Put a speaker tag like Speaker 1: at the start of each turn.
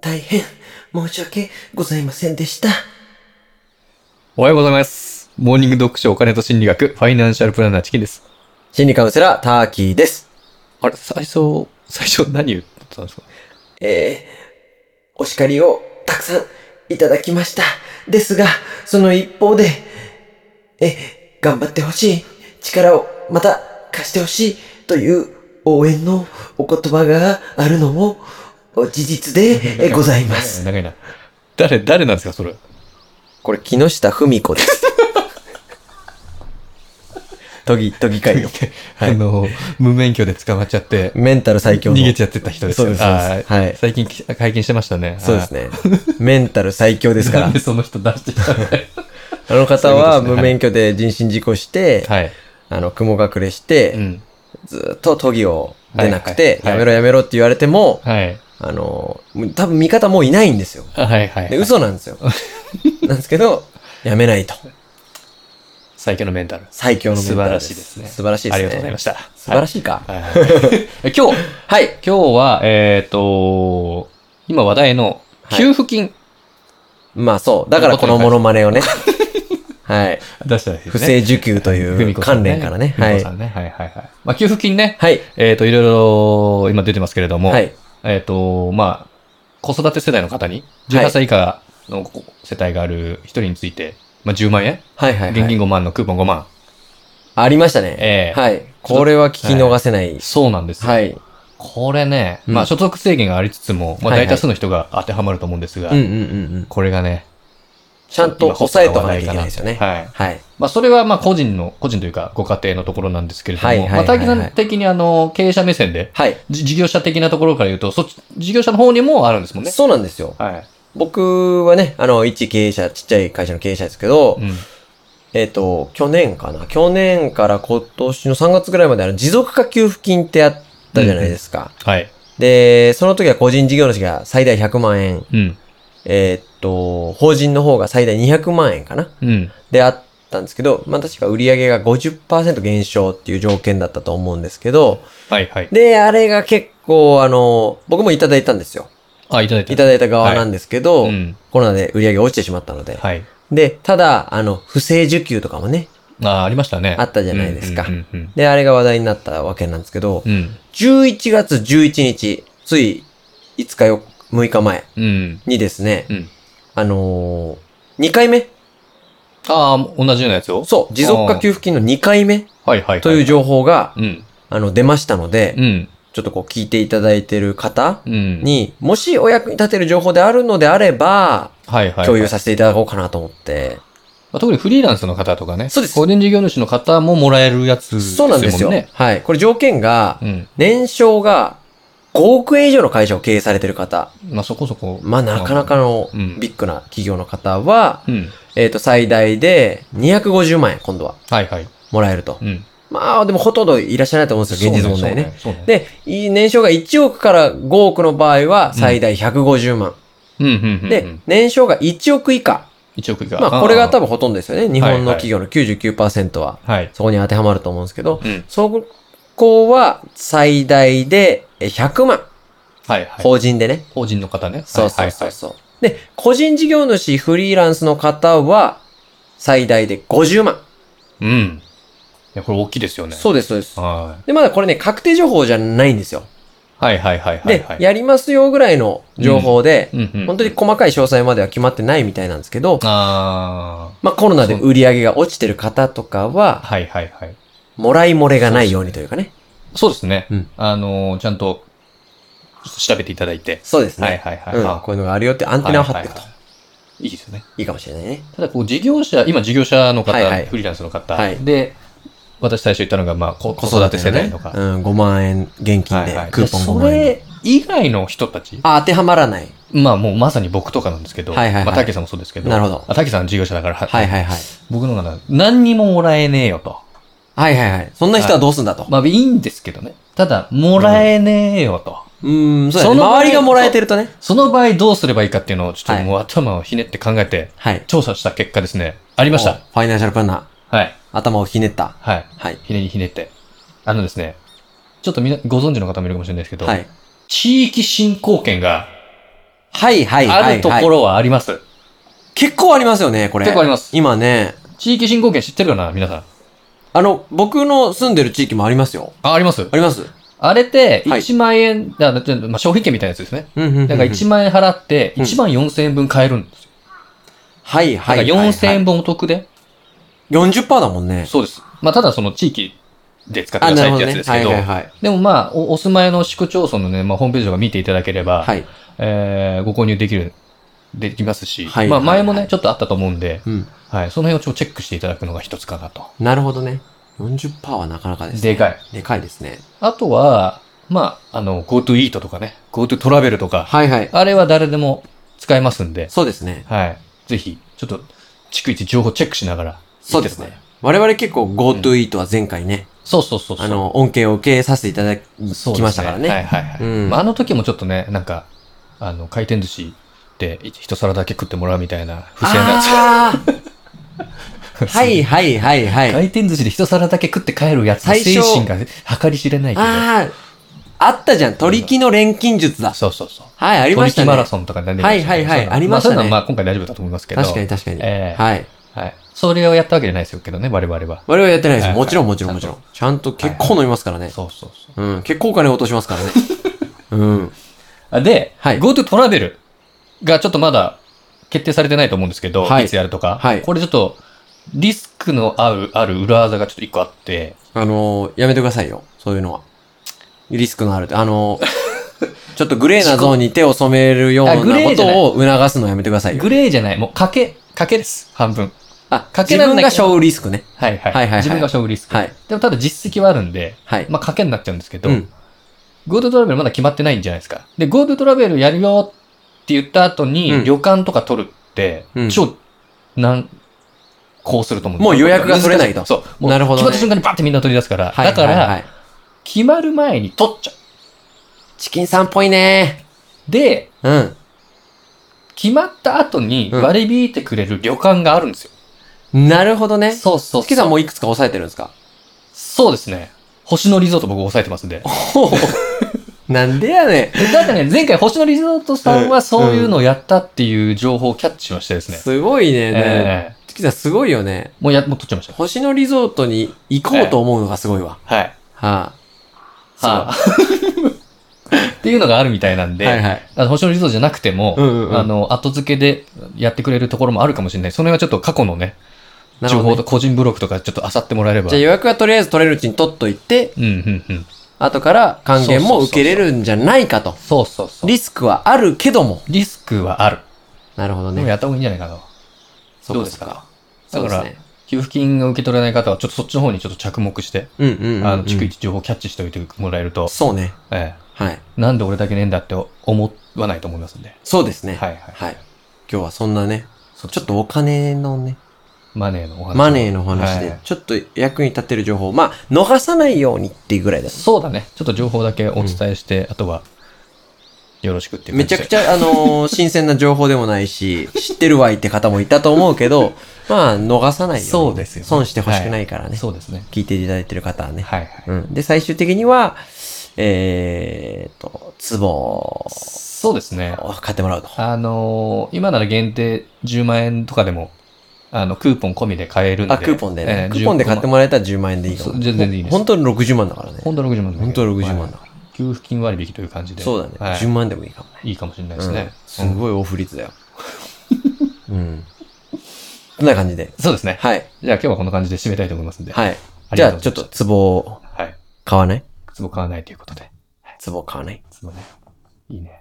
Speaker 1: 大変申し訳ございませんでした。
Speaker 2: おはようございます。モーニング読書お金と心理学、ファイナンシャルプランナーチキンです。
Speaker 1: 心理カウンセラー、ターキーです。
Speaker 2: あれ、最初、最初何言ってたんですか
Speaker 1: えー、お叱りをたくさんいただきました。ですが、その一方で、え、頑張ってほしい、力をまた貸してほしいという応援のお言葉があるのもお事実でえございます。
Speaker 2: 長いな。誰、誰なんですか、それ。
Speaker 1: これ、木下文子です。都議、都議 会の。
Speaker 2: あの、無免許で捕まっちゃって、
Speaker 1: メンタル最強
Speaker 2: 逃
Speaker 1: の。
Speaker 2: げちゃってた人ですよ
Speaker 1: そうですそうです
Speaker 2: あー
Speaker 1: はい
Speaker 2: 最近き会見してましたね。
Speaker 1: そうですね。メンタル最強で
Speaker 2: あ
Speaker 1: す
Speaker 2: ー。
Speaker 1: か
Speaker 2: な
Speaker 1: ら
Speaker 2: んで。その人出してきたの
Speaker 1: あの方は
Speaker 2: そういうことですね
Speaker 1: 無免許で人身事故して、
Speaker 2: はい。
Speaker 1: あの、雲隠れして、
Speaker 2: うん。
Speaker 1: ずーっと都議を出なく
Speaker 2: はい
Speaker 1: て、
Speaker 2: はい
Speaker 1: やめろやめろって言われても、
Speaker 2: はい。
Speaker 1: あの、もう多分味方もういないんですよ。
Speaker 2: あはいはい。
Speaker 1: で、嘘なんです よ。なんですけど、やめないと。
Speaker 2: 最強のメンタル。
Speaker 1: 最強のメン
Speaker 2: 素
Speaker 1: タ
Speaker 2: 晴
Speaker 1: ル
Speaker 2: ら
Speaker 1: です
Speaker 2: しいですね。
Speaker 1: 素晴らしいですね。
Speaker 2: ありがとうございました。
Speaker 1: 素晴らしいか。
Speaker 2: はいはい。今日、
Speaker 1: はい。
Speaker 2: 今日は、えっ、と、今話題の
Speaker 1: はい
Speaker 2: 給付金、
Speaker 1: まあそう。だからこのモノマネを ね。はい。
Speaker 2: 出したらいいです
Speaker 1: 不
Speaker 2: ね。
Speaker 1: 正受給とい
Speaker 2: 文
Speaker 1: う
Speaker 2: 子さん
Speaker 1: 関連からね。
Speaker 2: 文
Speaker 1: は
Speaker 2: 子
Speaker 1: い
Speaker 2: さ。んねはいはいはい。まあ、給付金ね、
Speaker 1: はい。
Speaker 2: えっ、と、いろいろ今出てますけれども、
Speaker 1: はい。
Speaker 2: えっ、と、まあ、子育て世代の方に、
Speaker 1: はい
Speaker 2: 18歳以下のこ世帯がある一人について、まあ、10万円、
Speaker 1: はいはい
Speaker 2: 現
Speaker 1: はい。
Speaker 2: 金5万のクーポン5万。
Speaker 1: ありましたね。
Speaker 2: ええ
Speaker 1: はい。これは聞き逃せない。
Speaker 2: そうなんですよ。
Speaker 1: はい。
Speaker 2: これね、
Speaker 1: うん
Speaker 2: まあ、所得制限がありつつも、まあ、
Speaker 1: はいはい
Speaker 2: 大多数の人が当てはまると思うんですが、
Speaker 1: うんうんうんうん。
Speaker 2: これがね、
Speaker 1: ちゃんと押さえとかないといけないですよね。
Speaker 2: はい。
Speaker 1: はい。
Speaker 2: まあ、それはまあ個人の、個人というかご家庭のところなんですけれど
Speaker 1: はいはい
Speaker 2: も、
Speaker 1: はいは
Speaker 2: まあ、
Speaker 1: い
Speaker 2: 大さん的にあの、経営者目線で、
Speaker 1: はい。
Speaker 2: じ事業者的なところから言うと、そっち、事業者の方にもあるんですもんね。
Speaker 1: そうなんですよ。
Speaker 2: はい。
Speaker 1: 僕はね、あの、一経営者、ちっちゃい会社の経営者ですけど、
Speaker 2: うん。
Speaker 1: えっ、と、去年かな。去年から今年の3月ぐらいまであの持続化給付金ってあったじゃないですか。
Speaker 2: はい。
Speaker 1: で、その時は個人事業主が最大100万円、
Speaker 2: うん。
Speaker 1: えっ、と、法人の方が最大200万円かな。
Speaker 2: うん。
Speaker 1: であったんですけど、まあ確か売上が50%減少っていう条件だったと思うんですけど、
Speaker 2: はいはい。
Speaker 1: で、あれが結構、あの、僕もいただいたんですよ。
Speaker 2: あ、いただいて
Speaker 1: いただいた側なんですけど、
Speaker 2: うん。
Speaker 1: コロナで売り上げ落ちてしまったので。
Speaker 2: はい。
Speaker 1: で、ただ、あの、不正受給とかもね、
Speaker 2: ああ、ありましたね。
Speaker 1: あったじゃないですか
Speaker 2: うんうん
Speaker 1: で、あれが話題になったわけなんですけど、
Speaker 2: うんうん。
Speaker 1: 11月11日、つい5日よ、6日前
Speaker 2: うん。うん。
Speaker 1: にですね、
Speaker 2: うん
Speaker 1: あのー、2回目
Speaker 2: ああ、同じようなやつを
Speaker 1: そう、持続化給付金の2回目
Speaker 2: う。はいはい。
Speaker 1: という情報が、
Speaker 2: 報。うん。
Speaker 1: あの、出ましたので、
Speaker 2: うん。
Speaker 1: ちょっとこう聞いていただいてる方
Speaker 2: うん。
Speaker 1: に、もしお役に立てる情報であるのであれば、
Speaker 2: はいはい。
Speaker 1: 共有させていただこうかなと思って。
Speaker 2: まあ特にフリーランスの方とかね。
Speaker 1: そうです
Speaker 2: 個人事業主の方ももらえるやつです
Speaker 1: そ
Speaker 2: も
Speaker 1: うんな
Speaker 2: ね。
Speaker 1: んですよ。はい。これ条件が、
Speaker 2: うん。
Speaker 1: 年商が5億円以上の会社を経営されてる方、
Speaker 2: まあそこそこ。
Speaker 1: まあなかなかの
Speaker 2: うん
Speaker 1: ビッグな企業の方は、
Speaker 2: うん。
Speaker 1: えっ、と、最大で250万円、今度は、
Speaker 2: はいはい。
Speaker 1: もらえると
Speaker 2: う。ん。
Speaker 1: まあ、でもほとんどいらっしゃらないと思うんですよ、現実問題ね。
Speaker 2: そうね。そうね、
Speaker 1: で、い年商が1億から5億の場合は、最大150万。
Speaker 2: うんうんうん、
Speaker 1: で、年商が1億以下。
Speaker 2: 1億以下。
Speaker 1: まあ、これが多
Speaker 2: 分。
Speaker 1: 分ほとんどですよね。日本の企業の99%は、
Speaker 2: はい。
Speaker 1: そこに当てはまると思うんですけど、
Speaker 2: うん。
Speaker 1: そこは、最大でえ100万。
Speaker 2: はいはい。
Speaker 1: 法人でね。
Speaker 2: 法人の方ね。
Speaker 1: そうそうそうそう。で、個人事業主、フリーランスの方は、最大で50万。
Speaker 2: はいはい。うん。いや、これ大きいですよね。
Speaker 1: そうです、そうです。
Speaker 2: は
Speaker 1: で、まだこれね、確定情報じゃないんですよ。
Speaker 2: い。はいはいはいはい
Speaker 1: で
Speaker 2: は、い。
Speaker 1: やりますよぐらいの情報で、
Speaker 2: うんうん、
Speaker 1: 本当に細かい詳細までは決まってないみたいなんですけど、
Speaker 2: あ
Speaker 1: まあコロナで売り上げが落ちてる方とか
Speaker 2: あ。
Speaker 1: は、
Speaker 2: はいはいはい。
Speaker 1: もらい漏れがないようにというかね。
Speaker 2: そうですね。
Speaker 1: うん
Speaker 2: あのーちゃんと、調べていただいて。
Speaker 1: そうです
Speaker 2: はい
Speaker 1: ね。
Speaker 2: はいはい。
Speaker 1: うん、こういうのがあるよってアンテナを張っていくと
Speaker 2: はい。はいはいいいですよね。
Speaker 1: いいかもしれないね。
Speaker 2: ただ、こう、事業者、今事業者の方、
Speaker 1: はいはい
Speaker 2: フリーランスの方、
Speaker 1: はい
Speaker 2: で、私最初言ったのが、まあ、こ子育て世代と
Speaker 1: 子
Speaker 2: か。
Speaker 1: 育てのねうん、5万円現金
Speaker 2: はいは
Speaker 1: で
Speaker 2: い、
Speaker 1: クーポン5
Speaker 2: そ
Speaker 1: 万円。
Speaker 2: れ以外の人たち、
Speaker 1: あ、当てはまらない。
Speaker 2: まあもうまさに僕とかなんですけど、
Speaker 1: はいはいはい
Speaker 2: まあ、竹さんもそうですけど、
Speaker 1: なるほど
Speaker 2: あ竹さん事業者だから、
Speaker 1: はいはいはい。
Speaker 2: 僕の方がな何にももらえねえよと。
Speaker 1: はいはいはい。そんな人はどうすんだと。
Speaker 2: まあいいんですけどね。ただ、もらえねえよと。
Speaker 1: うーん、そうだね。
Speaker 2: その場合
Speaker 1: 周りがもらえてるとね。
Speaker 2: その場合どうすればいいかっていうのをちょ
Speaker 1: は
Speaker 2: っと
Speaker 1: い
Speaker 2: もう頭をひねって考えて
Speaker 1: はい。
Speaker 2: 調査した結果ですね、ありまし
Speaker 1: お
Speaker 2: た。
Speaker 1: ファイナンシャルプランナー、
Speaker 2: はい。
Speaker 1: 頭をひねった。
Speaker 2: はい。
Speaker 1: はい。
Speaker 2: ひねりひねって。あのですね、ちょっとみんなご存知の方もいるかもしれないですけど、
Speaker 1: はい。
Speaker 2: 地域振興券が
Speaker 1: はいはいはい、は
Speaker 2: あ
Speaker 1: い。
Speaker 2: るとこ。ろはあります。
Speaker 1: 結構ありますよね、これ。
Speaker 2: 結構あります
Speaker 1: 今ね、
Speaker 2: 地域振興券知ってるかな皆さん。
Speaker 1: あの、僕の住んでる地域もありますよ。
Speaker 2: あ、あります
Speaker 1: あります
Speaker 2: あれって、
Speaker 1: はい
Speaker 2: 1万円、だだってまあ、消費券みたいなやつですね。
Speaker 1: うんうんうんうん。
Speaker 2: だから1万円払って、
Speaker 1: うん
Speaker 2: 1万4000円分買えるんですよ。
Speaker 1: はいは
Speaker 2: だ
Speaker 1: い
Speaker 2: か
Speaker 1: は
Speaker 2: ら
Speaker 1: い。
Speaker 2: 4000円分お得で。
Speaker 1: 40%だもんね。
Speaker 2: そうです。まあ、ただその地域で使って
Speaker 1: あ、
Speaker 2: くだ
Speaker 1: な
Speaker 2: さ
Speaker 1: るほど
Speaker 2: いってや
Speaker 1: ね
Speaker 2: つで。す
Speaker 1: は
Speaker 2: け
Speaker 1: い
Speaker 2: ど
Speaker 1: は。いはい。
Speaker 2: でもまあ、おお住まいの市区町村のね、まあ、ホームページとか見ていただければ、
Speaker 1: はい。
Speaker 2: えーご購入できる、できますし、
Speaker 1: はい
Speaker 2: まあ、前も
Speaker 1: はい
Speaker 2: ね、
Speaker 1: はい
Speaker 2: ちょっとあったと思うんで、
Speaker 1: うん。
Speaker 2: はい、その辺をちょっとチェックしていただくのが一つかなと。
Speaker 1: なるほどね。40%はなかなかですね。
Speaker 2: でかい。
Speaker 1: でかいですね。
Speaker 2: あとは、まあ、あの、GoTo イートとかね、GoTo トラベルとか、
Speaker 1: はいはい。
Speaker 2: あれは誰でも使えますんで、
Speaker 1: そうですね。
Speaker 2: はい。ぜひ、ちょっと、逐一情報チェックしながら。
Speaker 1: そうですね
Speaker 2: 見てもらえ。
Speaker 1: 我々結構 GoTo イートは前回ね、
Speaker 2: そうそうそうそう。
Speaker 1: あの、恩恵を受けさせていただき
Speaker 2: そうですね、
Speaker 1: ましたからね。
Speaker 2: はいはいはい。
Speaker 1: うん
Speaker 2: まあ、あの時もちょっとね、なんか、あの、回転寿司で一一皿だけ食ってもらうみたいな、不正なやつ。
Speaker 1: あーはいはいはいはい。
Speaker 2: 回転寿司で一皿だけ食って帰るやつの
Speaker 1: 最初
Speaker 2: 精神が計り知れないけど。
Speaker 1: ああ、あったじゃん。取引の錬金術だ。
Speaker 2: そうそうそう。
Speaker 1: はい、ありましたね。
Speaker 2: 取引マラソンとか何でも
Speaker 1: はいはいはいありましたね
Speaker 2: そういうのはまあ今回大丈夫だと思いますけど。
Speaker 1: 確かに確かに。
Speaker 2: ええ
Speaker 1: はい。
Speaker 2: はい。それをやったわけじゃないですよけどね、我々は。
Speaker 1: 我々やってないです。
Speaker 2: はい
Speaker 1: もちろんもちろんもちろん。ちゃんと結構飲みますからね。
Speaker 2: そうそうそう。
Speaker 1: うん。結構お金落としますから ね。うん。
Speaker 2: あで、
Speaker 1: はい
Speaker 2: GoTo トラベルがちょっとまだ決定されてないと思うんですけど、
Speaker 1: はい
Speaker 2: いつやるとか、
Speaker 1: はい
Speaker 2: これちょっとリスクのあるある裏技がちょっと一個あって、
Speaker 1: あのーやめてくださいよ。そういうのは。リスクのあるって。あ のーちょっとグレーなゾーンに手を染めるような
Speaker 2: あグレ
Speaker 1: こ
Speaker 2: ーじゃない
Speaker 1: とを促すのやめてくださいよ
Speaker 2: グ。レーじゃない、もう賭け、賭けです、半分。
Speaker 1: あ、
Speaker 2: かけ
Speaker 1: 自
Speaker 2: らん
Speaker 1: 分
Speaker 2: なきゃ
Speaker 1: が背負うリスクね。
Speaker 2: はいはい。
Speaker 1: はいはいはい
Speaker 2: 自分が勝負リスク。
Speaker 1: はい。
Speaker 2: でもただ実績はあるんで、
Speaker 1: はい。
Speaker 2: まあ賭けになっちゃうんですけど、
Speaker 1: うん
Speaker 2: GoTo トラベルまだ決まってないんじゃないですか。で、GoTo トラベルやるよって言った後に、
Speaker 1: うん
Speaker 2: 旅館とか取るって
Speaker 1: うん、
Speaker 2: 超難航すると思うんです
Speaker 1: もう予約が取れないと
Speaker 2: 難しそう。もう
Speaker 1: なるほどね
Speaker 2: 決まった瞬間にバッてみんな取り出すから。
Speaker 1: はい
Speaker 2: だか
Speaker 1: はいは
Speaker 2: ら、
Speaker 1: い
Speaker 2: 決まる前に取っちゃ
Speaker 1: チキンさんっぽいね。
Speaker 2: う。で、
Speaker 1: うん。
Speaker 2: 決まった後に
Speaker 1: うん
Speaker 2: 割り引いてくれる旅館があるんですよ。
Speaker 1: なるほどね。
Speaker 2: そうそう
Speaker 1: チキンさんもういくつか抑えてるんですか
Speaker 2: そうですね。星野リゾート僕抑えてます んで。
Speaker 1: なんでやね
Speaker 2: だってね、前回星野リゾートさん
Speaker 1: う
Speaker 2: は
Speaker 1: ん
Speaker 2: そういうのをやったっていう情報をキャッチしましてです
Speaker 1: ん。
Speaker 2: ね。
Speaker 1: すごいね。ね
Speaker 2: ええ
Speaker 1: チキンさんすごいよね。
Speaker 2: もうや、もう取っちゃいました。
Speaker 1: 星野リゾートに行こうと思うのがすごいわ。
Speaker 2: はい。
Speaker 1: はあ。
Speaker 2: はあ、 っていうのがあるみたいなん
Speaker 1: い
Speaker 2: で、
Speaker 1: はいはい。
Speaker 2: あの星野リゾートじゃなくても、
Speaker 1: うんうんうん
Speaker 2: あの、後付けでやってくれるところもあるかもしれない。その辺はちょっと過去のね、
Speaker 1: なる
Speaker 2: 情
Speaker 1: ほ
Speaker 2: 報
Speaker 1: ど
Speaker 2: と
Speaker 1: ね。
Speaker 2: 個人ブログとかちょっと漁ってもらえれば。
Speaker 1: じゃあ予約はとりあえず取れるうちに取っといて、
Speaker 2: うんうんうん。
Speaker 1: 後から還元も受けれるんじゃないかと。
Speaker 2: そうそうそう。リ
Speaker 1: リスクはあるけども。
Speaker 2: スクはある。
Speaker 1: なるほど
Speaker 2: でも
Speaker 1: ね。
Speaker 2: やった方がいいんじゃないかな。
Speaker 1: そうか
Speaker 2: どうですか
Speaker 1: そ
Speaker 2: だ
Speaker 1: う
Speaker 2: か
Speaker 1: です
Speaker 2: ら、
Speaker 1: ね。
Speaker 2: 給付金が受け取れない方は、ちょっとそっちの方にちょっと着目して、
Speaker 1: うんうんうんうん。
Speaker 2: あの、逐一情報をキャッチしておいてもらえると、
Speaker 1: そうね。
Speaker 2: え
Speaker 1: はい。
Speaker 2: え、なんで俺だけねえんだって思わないと思いますんで。
Speaker 1: そうですね。。
Speaker 2: はいいは
Speaker 1: は
Speaker 2: い。
Speaker 1: い。今日はそんなね、ちょっとお金のね、
Speaker 2: マネーのお話。
Speaker 1: マネーのお話
Speaker 2: は
Speaker 1: で
Speaker 2: い、
Speaker 1: ちょっと役に立てる情報、まあ、逃さないようにっていうぐらいだね
Speaker 2: そうだね。ちょっと情報だけお伝えして、あとは、よろしくっていう
Speaker 1: めち
Speaker 2: 感じ
Speaker 1: ゃ
Speaker 2: で。
Speaker 1: くちゃ、あ のー新鮮な情報でもないし、知ってるわいって方もいたと思うけど、まあ、逃さないように。
Speaker 2: そうですよね
Speaker 1: 損してほしくないからね。
Speaker 2: そうですね。
Speaker 1: 聞いていただいてる方はね。
Speaker 2: はいはい。
Speaker 1: うん。で、最終的には、えーと、ツボ
Speaker 2: そうですね。
Speaker 1: を買ってもらうと。
Speaker 2: あのー今なら限定10万円とかでも、あの、クーポン込みで買えるんで。
Speaker 1: あ、クーポンでね
Speaker 2: え。え
Speaker 1: クーポンで買って
Speaker 2: 10
Speaker 1: もらえたら10万円でいいかも。
Speaker 2: そう全然いいです
Speaker 1: ほ本当に60万だからね。
Speaker 2: 本当は60万だけど
Speaker 1: 本当は60万だ
Speaker 2: は
Speaker 1: から。
Speaker 2: い給付金割引という感じで。
Speaker 1: そうだね。
Speaker 2: はい
Speaker 1: 10万でもいいかもね。
Speaker 2: いいかもしれないですね。
Speaker 1: うんすごいオフ率だよ。うん。こんな感じで。
Speaker 2: そうですね。
Speaker 1: はい。
Speaker 2: じゃあ今日はこんな感じで締めたいと思いますんで。
Speaker 1: はい。
Speaker 2: あり
Speaker 1: じゃあ、
Speaker 2: がとうご
Speaker 1: ち
Speaker 2: ざ
Speaker 1: ょっ
Speaker 2: いました
Speaker 1: とツボを
Speaker 2: はい。
Speaker 1: 買わない
Speaker 2: 壺買わないということで。
Speaker 1: ツボ買わない
Speaker 2: 壺ね。いいね。